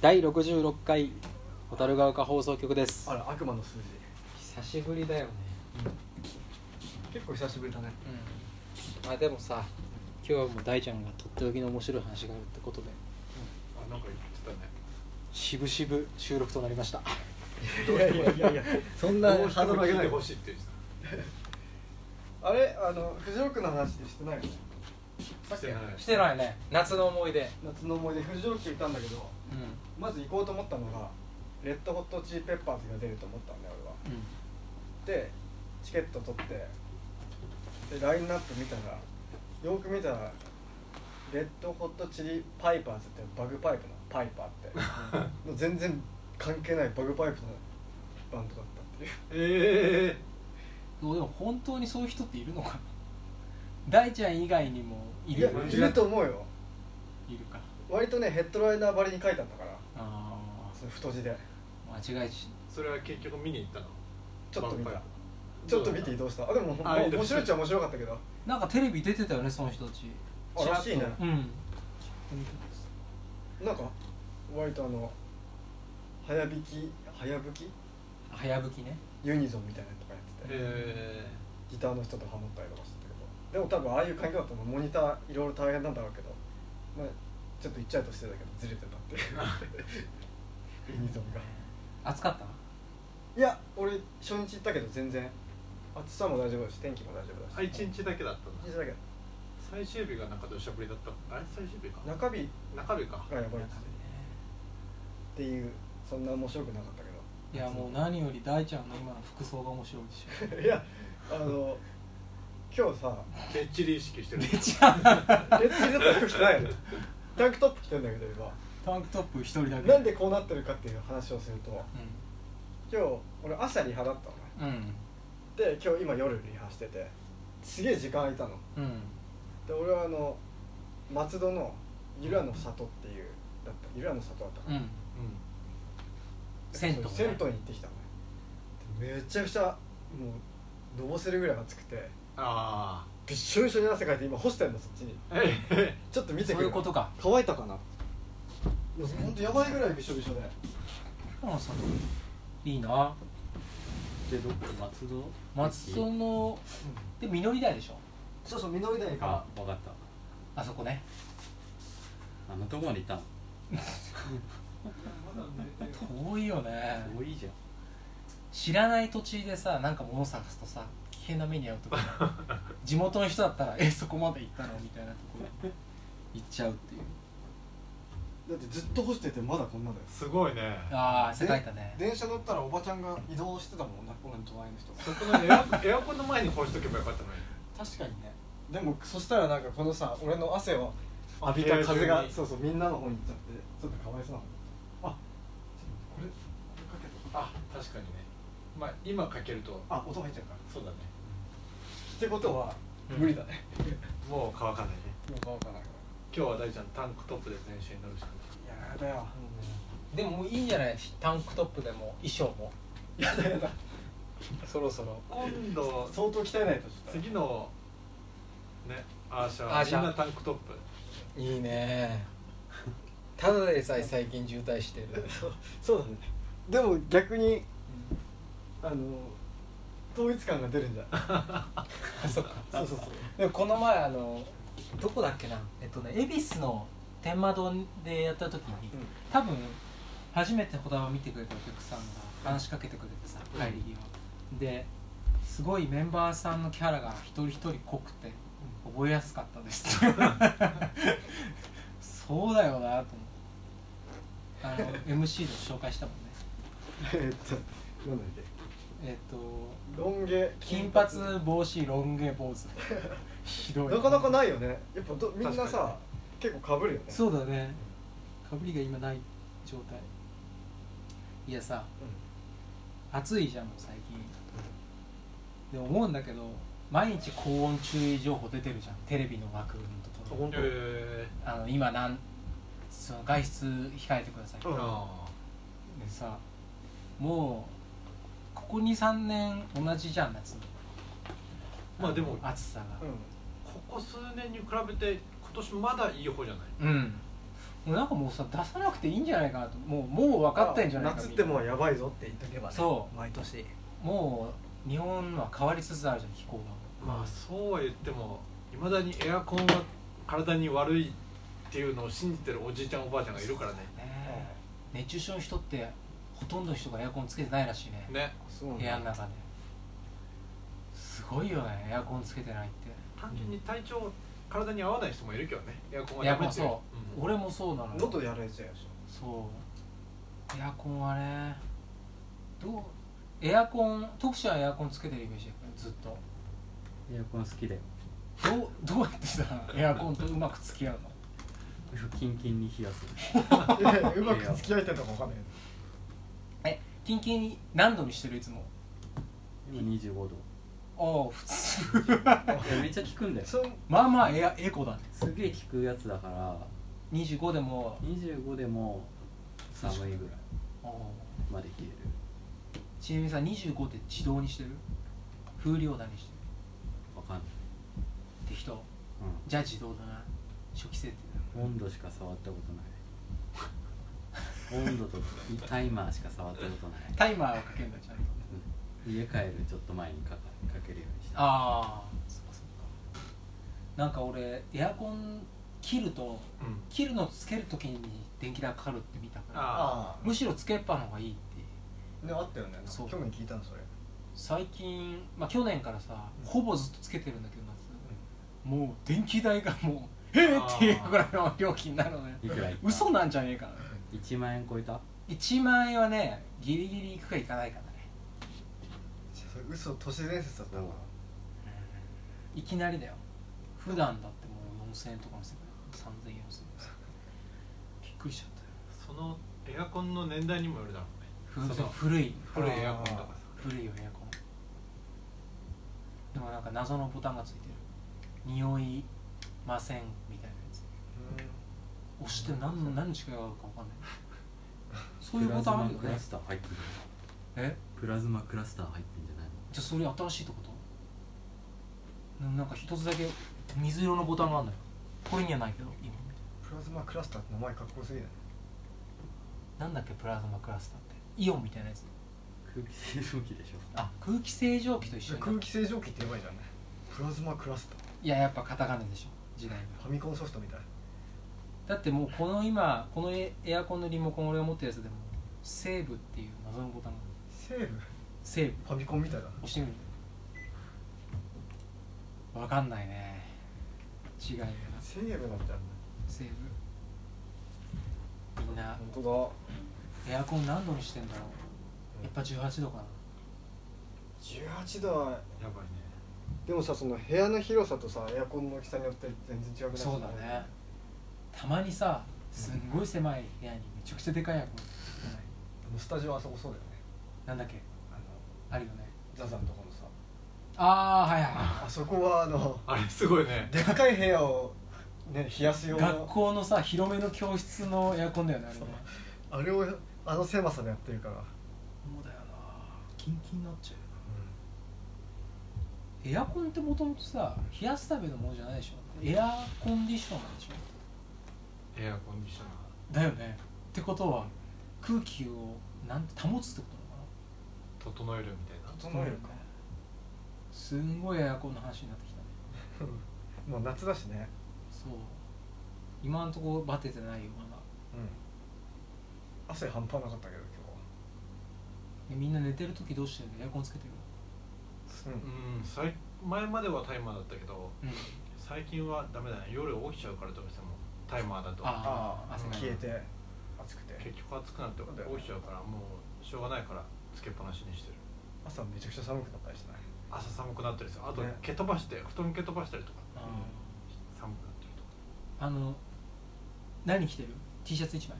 第66回小樽ヶ丘放送局ですあら悪魔の数久字しぶりだよね結構久しぶりだねうんあでもさ今日はもう大ちゃんがとっておきの面白い話があるってことであなんか言ってたねしぶしぶ収録となりましたいやいやいやいやそんなもう一ハードル上げ聞ないいてほしいって言ってあれあの藤尾君の話してないよねさっきしてないしてないね夏の思い出夏の思い出藤尾君いたんだけどうまず行こうと思ったのがレッドホットチーペッパーズが出ると思ったんだよ俺はんうんでチケット取ってでラインナップ見たらよく見たらレッドホットチリパイパーズってバグパイプのパイパー ってもう全然関係ないバグパイプのバンドだったっていうえもうでも本当にそういう人っているのかな大ちゃん以外にもいるやマいジでると思うよいるか割とねヘッドライナーばりに書いてあったからあその太字であ間違いしそれは結局見に行ったのちょっと見たバンパイちょっと見て移動したあでもほんまあ移動面した白いっちゃ面白かったけどなんかテレビ出てたよねその人たちあらしいねうんなんか割とあの早引き早吹き早吹きねユニゾンみたいなのとかやっててえギターの人とハモったりとかしてたけどでも多分ああいう環境だともうモニターいろいろ大変なんだろうけど、まあ、ちょっと言っちゃうとしてたけどずれてたって いうユニゾンが暑かったいや俺初日行ったけど全然暑さも大丈夫だし天気も大丈夫だしあ一日だけだったん一だ日だけ最終日がなんか土砂降りだったあれ最終日か中日中日かがやばいっつってっていうそんな面白くなかったけどいやもう何より大ちゃんの今の服装が面白いでしょ いやあの今日さてっちり意識して るレッチリのトップ着てないのタンクトップ着てんだけどタンクトップ一人だ今けなんでこうなってるかっていう話をすると今日俺朝リハだったのねうんうんで今日今夜リハしててすげえ時間空いたのうんで俺はあの松戸のゆらの里っていうだったゆらの里だったかうら、んう銭湯ねそう銭湯に行ってきたのねでめちゃくちゃもうのぼせるぐらい暑くてんあびっしょびしょに汗かいて今干してんのそっちにあええちょっと見てくそうれいうことか乾いたかなほんとやばいぐらいびしょびしょでああそういいなでどこ松戸松戸ので実り台でしょそうそう実り台あか分かったあそこねあんなとこまでいたの 遠いよね多いじゃん知らない土地でさなんか物を探すとさ危険な目に遭うとか地元の人だったら「えそこまで行ったの?」みたいなところ行っちゃうっていうだってずっと干しててまだこんなだよすごいねああ汗かいたね電車乗ったらおばちゃんが移動してたもんな俺の隣の人そこの エアエアコンの前に干しとけばよかったのに確かにねでもそしたらなんかこのさ俺の汗を浴びた風部屋中がにそうそうみんなの方に行っちゃってちょっとかわいそうなのあこれこれかけとあ確かにねまあ今かけるとあ音入っちゃうからそうだねってことは無理だね、もう乾かないねもう買おうかない今日は大ちゃんタンクトップで全身になるしかないやだよでももういいんじゃないタンクトップでも衣装もやだやだそろそろ今度相当鍛えないとちょっと次のねアーシャアーシャみんなタンクトップいいね ただでさえ最近渋滞してるそうそうだねでも逆にあの統一感が出る んじゃないあそっかそうそうそうでもこの前あのどこだっけなえっとね恵比寿の天窓でやった時に、うん多分初めてこだま見てくれたお客さんが話しかけてくれてさうん帰り際、ですごいメンバーさんのキャラが一人一人濃くて覚えやすかったです ってそうだよなと思ってあの MC で紹介したもんねえっとなんだっけえっとロン毛金髪帽子ロン毛坊主ひどいなかなかないよねやっぱどみんな確かさ結構かぶるよねそうだねかぶりが今ない状態いやさう暑いじゃんもう最近でも思うんだけど毎日高温注意情報出てるじゃんテレビの枠のところ本当えあの今なんその外出控えてくださいーうんあでさもうここ23年同じじゃん夏のーまあでも暑さがんうんここ数年に比べて今年まだいい方じゃないうんもうなんかもうさ出さなくていいんじゃないかなともうもう分かってんじゃないか夏ってもうやばいぞって言っとけばねそう毎年もう日本は変わりつつあるじゃん気候がまあそうは言ってもいまだにエアコンは体に悪いっていうのを信じてるおじいちゃんおばあちゃんがいるからねね熱中症の人ってほとんどの人がエアコンつけてないらしいねねそうなん部屋のだ中ですごいよねエアコンつけてないって単純に体調体に合わない人もいるけどねエアコンはエアやコめンてそう、俺もそうなのよ喉やられち ゃうでしそうエアコンはねどうエアコン徳ちゃんエアコンつけてるイメージだけどずっとエアコン好きだよどうどうやってさエアコンとうまく付き合うのキンキンに冷やすょうまく付き合えてんのか分かんないえキンキンに何度にしてるいつも今25度 ああ普通 いやめっちゃ効くんだけよどそうまあまあエアエコだねすげえ効くやつだから25でも25でも寒いぐらいああまで冷えるちなみにさ25って自動にしてる風量だにしてるわかんない、適当じゃあ自動だな初期設定うん、温度しか触ったことない温度とタイマーしか触ったことないだタイマーをかけるんだちゃんとうん家帰るちょっと前にかかかけるようにしたああそっかそっかなんか俺エアコン切るとうん、うん切るのつけるときに電気代かかるって見たからああむしろつけっぱの方がいいってねあったよねそう去年聞いたのそれ最近まあ去年からさうんほぼずっとつけてるんだけど夏、もう電気代がもうえっ、っていうぐらいの料金なのねいくらいった嘘なんじゃねえかな1万円超えた1万円はねギリギリいくかいかないかだねそれ嘘都市伝説だったわいきなりだよ普段だってもう4000円とかの世界3000円4000円びっくりしちゃったよそのエアコンの年代にもよるだろうねふんその古い古いエアコンだからさ古いよエアコンでもなんか謎のボタンがついてる匂いませんみたいなやつ押して何何の力があるか分かんないそういうボタンあるよプラズマクねラスター入ってんじゃないえプラズマクラスター入ってんじゃないのじゃあそれ新しいってことななんか一つだけ水色のボタンがあるんだよこれにはないけど今プラズマクラスターって名前かっこよすぎないなんだっけプラズマクラスターってイオンみたいなやつ空気清浄機でしょあ空気清浄機と一緒に空気清浄機ってやばいじゃんねプラズマクラスターいややっぱカタカナでしょ時代がファミコンソフトみたいだってもうこの今このエエアコンのリモコン俺が持ってるやつでもセーブっていう謎のボタンがあるセーブセーブファミコンみたいだな押してみるわかんないね違いだなセーブなんじゃんセーブみんな本当エアコン何度にしてんだろうやっぱ18度かなだ18度はやばいねでもさその部屋の広さとさエアコンの大きさによって全然違くないそうだねたまにさすんごい狭い部屋にめちゃくちゃでかいエアコンないあのスタジオあそこそうだよねなんだっけあのあるよねザザのところのさああはいはいはいあそこはあのあれすごいねでっかい部屋をね冷やす用学の校のさ広めの教室のエアコンだよねあれねそうあれをあの狭さでやってるから、もうだよなキンキンになっちゃうエアコンってもともとさ冷やすためのものじゃないでしょエアコンディショナーでしょエアコンディショナーだよねってことは空気をなんて保つってことなのか整えるみたいななすんごいエアコンの話になってきたねもう夏だしねそう今んとこバテてないよまだうん汗半端なかったけどえみんな寝てる時どうしてるのエアコンつけてる今日うんうん最前まではタイマーだったけどのうん最近はダメだね夜起きちゃうからどうしてもタイマーだとああうん消えて暑くて結局暑くなってそうだよね起きちゃうからもうしょうがないからつけっぱなしにしてる朝めちゃくちゃ寒くなったりしない朝寒くなったりするあとね蹴飛ばして布団蹴飛ばしたりとかあ寒くなったりとかーあの何着てる T シャツ1枚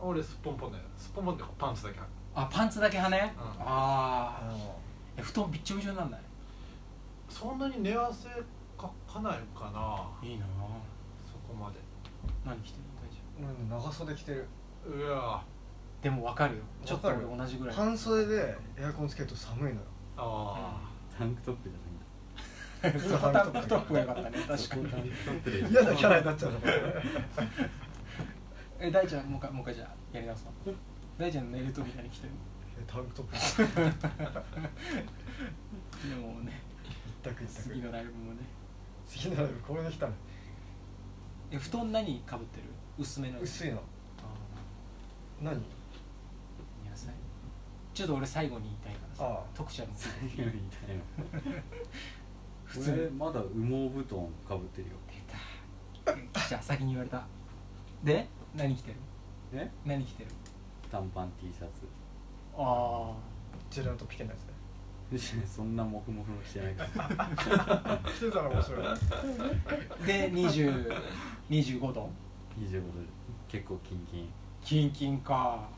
俺すっぽんぽんだよすっぽんぽんっていうかパンツだけ履くあパンツだけ羽ね、うんああのえ布団びっちょびちょになんないそんなに寝汗かかないかないいなそこまで何着てるの大丈俺長袖着てるうわ夫でも分かるよちょっとわか俺る同じぐらい半袖でエアコンつけると寒いのよああタンクトップじ ゃそうタンクトップがよかったね確かないんだにタンクトップで嫌なキャラになっちゃうのこれえ大ちゃんもう一回もう一回じゃあやり直すの大ちゃん寝る時何着てるえタンクトップのでもね一択一次択のライブもね次のライブこれできたのえ布団何かぶってる薄めの薄いのあ何ー野菜ちょっと俺最後に言いたいからあさあ徳ちゃんの最後に言いたいの普通に俺まだ羽毛布団かぶってるよ出た記者先に言われたで何着てるね何着てる短パン T シャツあジェラートピケのやつね そんなモフモフしてないから 来てたら面白いあで20 25度25度結構キンキンキンキンか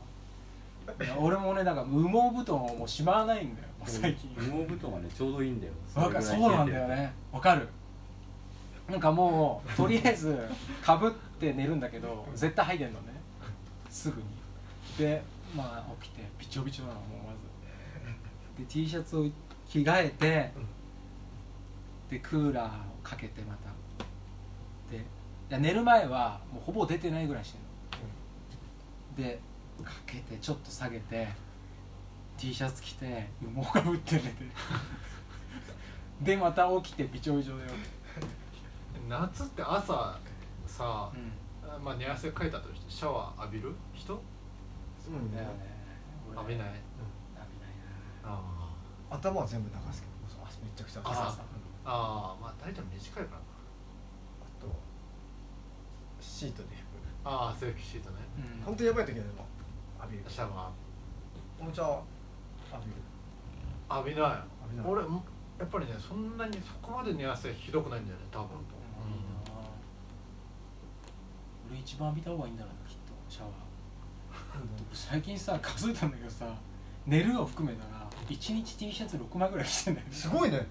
いや俺もねなんか羽毛布団をもうしまわないんだよもう最近羽毛布団はねちょうどいいんだよわかそうなんだよねわかるなんかも うとりあえずかぶって寝るんだけど絶対入いてんのねすぐにでまあ起きてびちょびちょなのもうまずで T シャツを着替えてでクーラーをかけてまたでいや寝る前はもうほぼ出てないぐらいしてるのでかけてちょっと下げて T シャツ着て羽毛かぶって寝てるでまた起きてびちょびちょだよ、夏って朝さう、ん、まあ寝汗かいたとしてシャワー浴びる人うんだよね俺浴びな浴びないいなあ頭は全部流すけどそうあめちゃくちゃ汗あ朝あーまあ大体短いからなあとシートで拭ああセーフシートねうんく本当にやばい時はでも浴びるシャワおもちゃは浴びるー浴びない浴びない俺もやっぱりねそんなにそこまで寝汗ひどくないんだよね多分、うんいいな俺一番浴びた方がいいんだろうなきっとシャワー最近さ数えたんだけどさ寝るを含めたら1日 T シャツ6枚ぐらい着てんだよねすごいね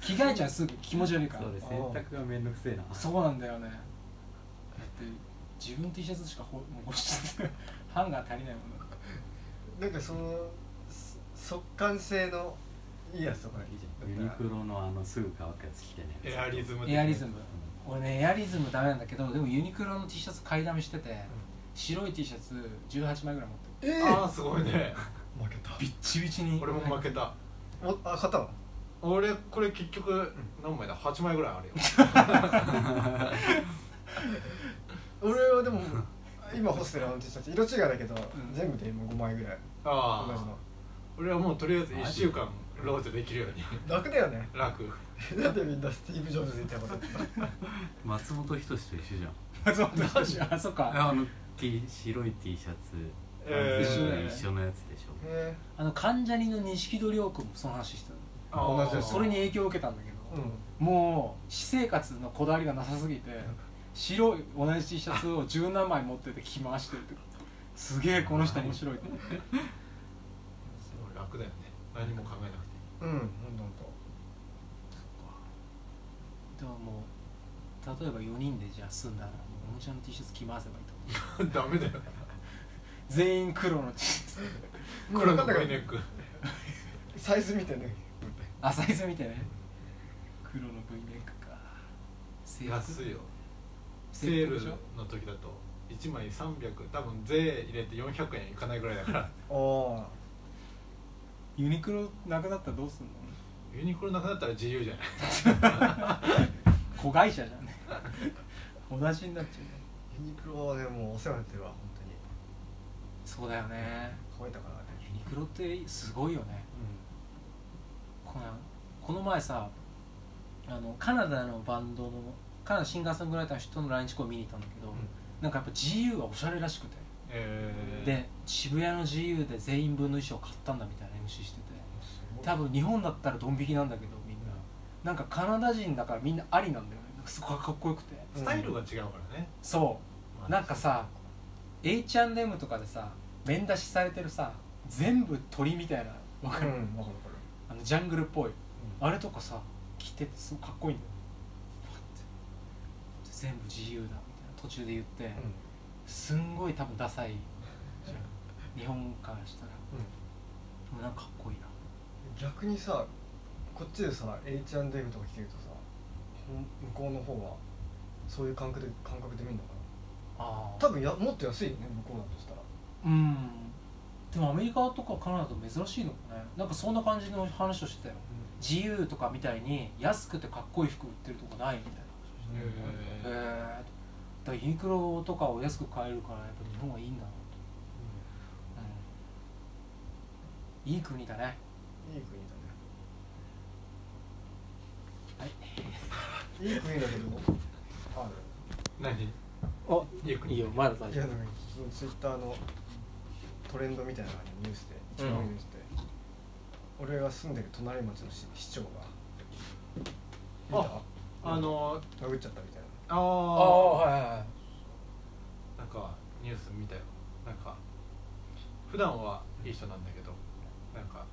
着替えちゃうすぐ気持ち悪いからそうです洗濯がめんどくせえなそうなんだよねだって自分の T シャツしかほもう干してないハンガー足りないもんだなんかそのそ速乾性のいいやつとかいいじゃんユニクロのあのすぐ乾くやつ着てねエアリズム的エなアリズム俺ねエアリズムダメなんだけどでもユニクロの T シャツ買いだめしてて、白い T シャツ18枚ぐらい持ってるええああすごいね負けたビッチビチに俺も負けたおあ勝ったわ俺これ結局何枚だ8枚ぐらいあるよ俺はでも今干してるあの T シャツ色違いだけど、ん全部で今5枚ぐらいあ同じのあ俺はもうとりあえず1マジ週間ローテできるように楽だよね 楽なんでみんなスティーブ・ジョブズみたいなこと言ってた松本人志と一緒じゃん そうどうしようあそっかあの T 白い T シャツ、えー一緒のやつでしょへあの関ジャニの錦戸亮君もその話して同じでたすそれに影響を受けたんだけど、もう私生活のこだわりがなさすぎて白い同じ T シャツを十何枚持ってて着回してるってすげえこの人面白いと思ってすごい楽だよね何も考えなくてういいんうんほんとほんとでももう例えば4人でじゃあ住んだらもうおもちゃんの T シャツ着回せばいいと思う ダメだよ全員黒の T シャツもう分かん黒のなボかイっネックたサイズ見てねあサイズ見てね黒の V ネックか制服安いよセ制ー服ルでしょの時だと1枚300多分税入れて400円いかないぐらいだからああユニクロなくなったらどうすんの ユニクロなくなったら自由じゃない子会社じゃんね同じになっちゃうねユニクロはねもうお世話になってるわ本当にそうだよね乾いたからねユニクロってすごいよねこのこの前さあのカナダのバンドのカナダシンガーソングライターの人の来日公演見に行ったんだけど、うんなんかやっぱ GU がおしゃれらしくて、えー、で渋谷の GU で全員分の衣装買ったんだみたいな MC してて多分日本だったらドン引きなんだけどみんな、なんかカナダ人だからみんなありなんだよねなんかすごいかっこよくてスタイルが違うからね、そうまあなんかさ H&M とかでさ面出しされてるさ全部鳥みたいなわかうる、ん分かる分かるあのジャングルっぽい、あれとかさ着ててすごいかっこいいんだよパッて全部自由だみたいな途中で言って、すんごい多分ダサいじゃん日本からしたらうんでもなんかかっこいいな逆にさこっちでさ H&M とか着てるとさほん向こうの方はそういう感覚で感覚で見るのかなあああ多分やもっと安いよね向こうだとしたらうんでもアメリカとかカナダと珍しいのかねなんかそんな感じの話をしてたよ自由とかみたいに安くてかっこいい服売ってるとこないみたいなへへえだからユニクロとかを安く買えるからやっぱ日本はいいんだなと、うん、いい国だねいい国だねはいいい国だけどある何あいい国いいよまだ大い丈や夫なんかそのツイッターのトレンドみたいなのがニュースで一番ニュースで、俺が住んでる隣町の市市長が見ああのた殴っちゃったみたいなあああはいはいはいなんかニュース見たよなんか普段はいい人なんだけどなんか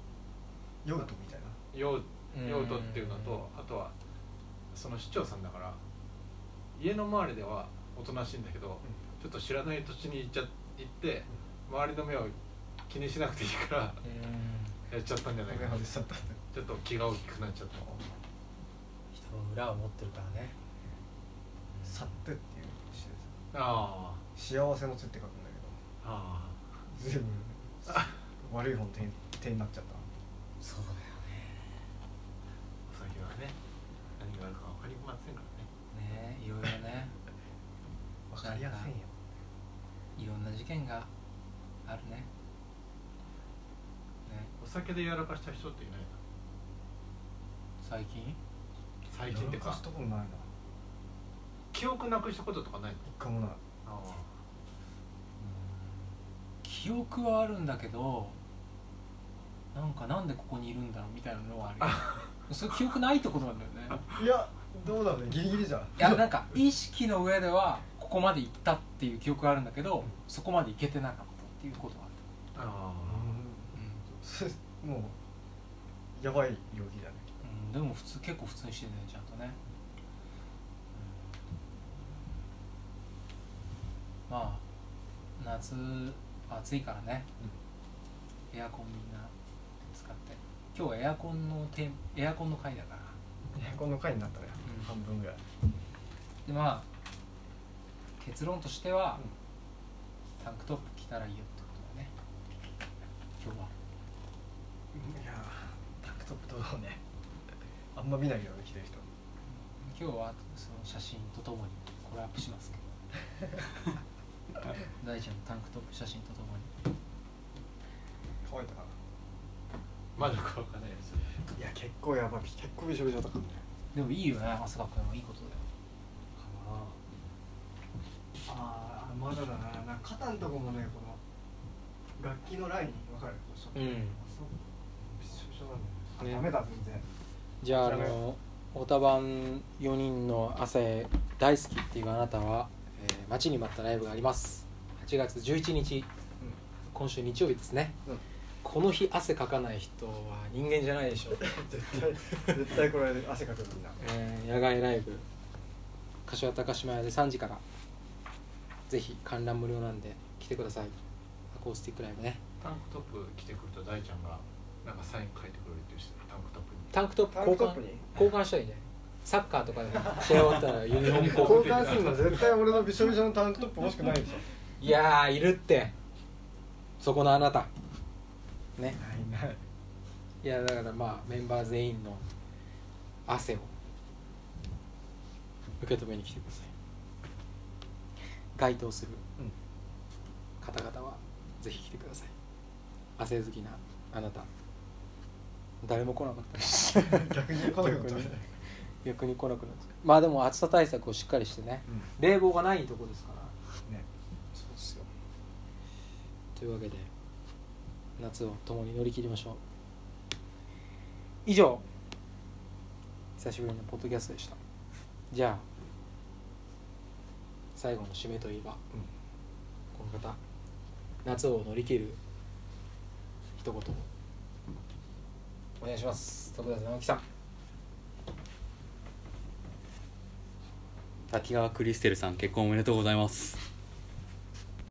酔うとみたいな用うん用途っていうのとあとはその市長さんだから家の周りではおとなしいんだけど、ちょっと知らない土地に行っちゃ行って周りの目を気にしなくていいから やっちゃったんじゃないか目な外しちゃったってちょっと気が大きくなっちゃった人の裏を持ってるからね去ってっていう詩であす幸せの地って書くんだああけど随分悪い方の手に手になっちゃったそうだよあお酒はね何があるか分かりませんからねねねいろいろねわかりやすいよいろんな事件があるねねお酒でやらかした人っていないな最近最近ってやらかかしたことないな記憶なくしたこととかないの一回もないああ記憶はあるんだけどなんかなんでここにいるんだろうみたいなのはあるそれ記憶ないところなんだよねいやどうだろうねギリギリじゃんいやなんか意識の上ではここまで行ったっていう記憶があるんだけどそこまで行けてなかったっていうことがああうる、んもうやばい病気だねうんでも普通結構普通にしてるねちゃんとね、うんまあ夏暑いからね、エアコンみんな使って今日はエアコンのテーマエアコンの回だからエアコンの回になったね、うん半分ぐらいでまあ結論としては、うんタンクトップ着たらいいよってことだね今日はいやータンクトップどうだろうねあんま見ないけどね着てる人今日はその写真とともにこれアップしますけ ど大ちゃんのタンクトップ写真とともに乾いたかなまだかわかんないですいや結構やばい結構びしょびしょだったからねでもいいよね春日君はいいことだよああまだだななんか肩のとこもねこの楽器のラインわかるこうしょうんあそうびしょびしょなんだよあダメだ全然じゃああのオタバン4人の汗大好きっていうあなたは、えー待ちに待ったライブがあります8月11日、今週日曜日ですね、うんこの日汗かかない人は人間じゃないでしょう、絶対絶対これ汗かくみんなえー野外ライブ柏高島屋で3時からぜひ観覧無料なんで来てくださいアコースティックライブねタンクトップ着てくると大ちゃんがなんかサイン書いてくれるっていう人タンクトップにタンクトップタンク交トップ換に交換したらいいねサッカーとかでも試合終わったらユニフォーム交換交換するの絶対俺のびしょびしょのタンクトップ欲しくないでしょ いやーいるってそこのあなたねないないいやだからまあメンバー全員の汗を受け止めに来てください該当するうん方々はぜひ来てください汗好きなあなた誰も来なかったし逆に来なくなっちゃうね逆に来なくなっちゃうまあでも暑さ対策をしっかりしてね冷房がないとこですからねそうですよというわけで夏を共に乗り切りましょう以上久しぶりのポッドキャストでしたじゃあ最後の締めといえば、この方夏を乗り切る一言をお願いします徳田直樹さん滝川クリステルさん結婚おめでとうございます